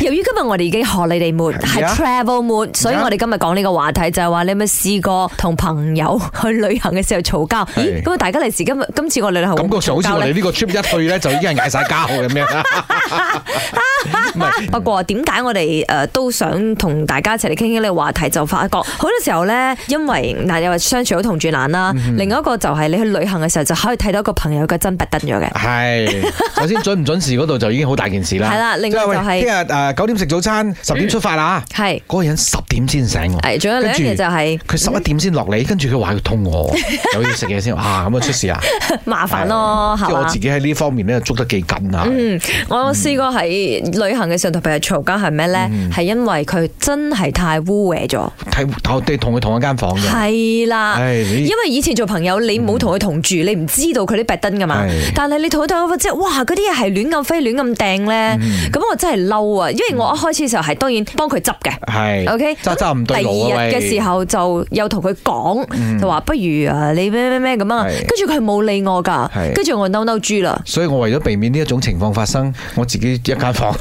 由於今日我哋已經 holiday mood，係係啊 travel mood，所以我哋今日講呢個話題就係話你有冇試過同朋友去旅行嘅時候嘈 交？咦，係咁啊大家嚟時今日今次我哋旅行會唔哎感會覺上好嘈似交我哋咧呢個 trip 一去咧就已經係嗌晒交咁 樣。唔係不過點解我哋誒都想同大家一齊嚟傾傾呢個話題？就發覺好多時候咧，因為嗱又話相處好同住難啦，嗯另外一個就係你去旅行嘅時候就可以睇到一個朋友嘅真不登咗嘅。係，首先準唔準時嗰度就已經好大件事啦。係啦另外即喂就係聽日誒九點食早餐，十點出發啦。係嗰個人十點先醒喎。誒，仲有另一樣嘢就係佢十一點先落嚟，跟住佢話佢肚 餓，有嘢食嘢先啊，咁啊出事啦！麻煩咯，即 係係我嘛自？己喺呢方面咧捉得幾緊啊！嗯，我試過喺旅行嘅時候同朋友嘈交係咩咧？嗯係因為佢真係太污穢咗，睇我哋同佢同一間房嘅，係啦。唉因你為以前做朋友，你冇同佢同住，你唔知道佢啲白燈噶嘛係。但係你同佢同即係哇，嗰啲嘢係亂咁飛、亂咁掟咧，嗯咁我真係嬲啊！因為我一開始嘅時候係當然幫佢執嘅。係 OK，嗯揸揸唔第對路啊！二日嘅時喂，嗯候就又同佢講，就話不如誒你咩咩咩咁啊，係跟住佢係冇理我㗎，係跟住我嬲嬲豬啦。所以我為咗避免呢一種情況發生，我自己一間 房。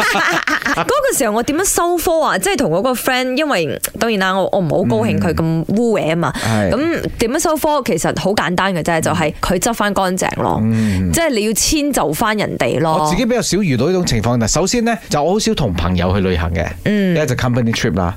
嗰個時候我點樣收科啊？即係同嗰個 friend，因為嗯當然啦，我我唔好高興佢咁污衊啊嘛。嗯 係嗯咁點樣收科其實好簡單嘅啫，就係佢執翻乾淨咯，即係你要遷就翻人哋咯。我自己比較少遇到呢種情況。嗱，首先呢，就我好少同朋友去旅行嘅，嗯一係就 company trip 啦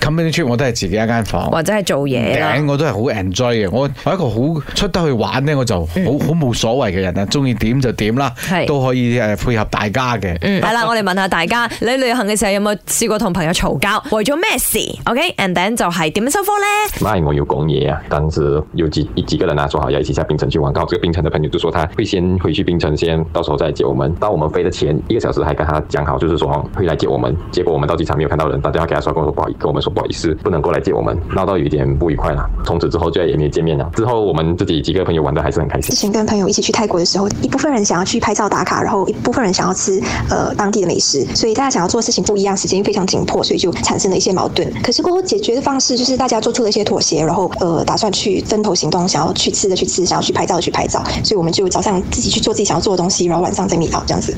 ，company trip 我都係自己一間房。或者係做嘢啦頂，我都係好 enjoy 嘅，我係一個好出得去玩呢，我就好嗯好冇所謂嘅人啊，中意點就點啦係，都可以誒配合大家嘅。嗯，係啦，我哋問下大家，你旅行嘅時候有冇試過同朋友嘈交？為咗咩事？OK，and then 就係點樣收科呢？那我有公爷啊，当时有几几个人啊，说好要一起下槟城去玩。刚好这个槟城的朋友就说他会先回去槟城先，到时候再接我们。到我们飞的前一个小时还跟他讲好，就是说会来接我们。结果我们到机场没有看到人，打电话给他说，跟我说不好意，跟我们说不好意思，不能过来接我们，闹到有一点不愉快了。从此之后就再也没见面了。之后我们自己几个朋友玩的还是很开心之。前跟朋友一起去泰国的时候，一部分人想要去拍照打卡，然后一部分人想要吃呃当地的美食，所以大家想要做的事情不一样，时间非常紧迫，所以就产生了一些矛盾。可是过后解决的方式就是大家做出了一些妥协，然后呃打算去分头行动，想要去吃的去吃，想要去拍照的去拍照，所以我们就早上自己去做自己想要做的东西，然后晚上再 meet up 这样子。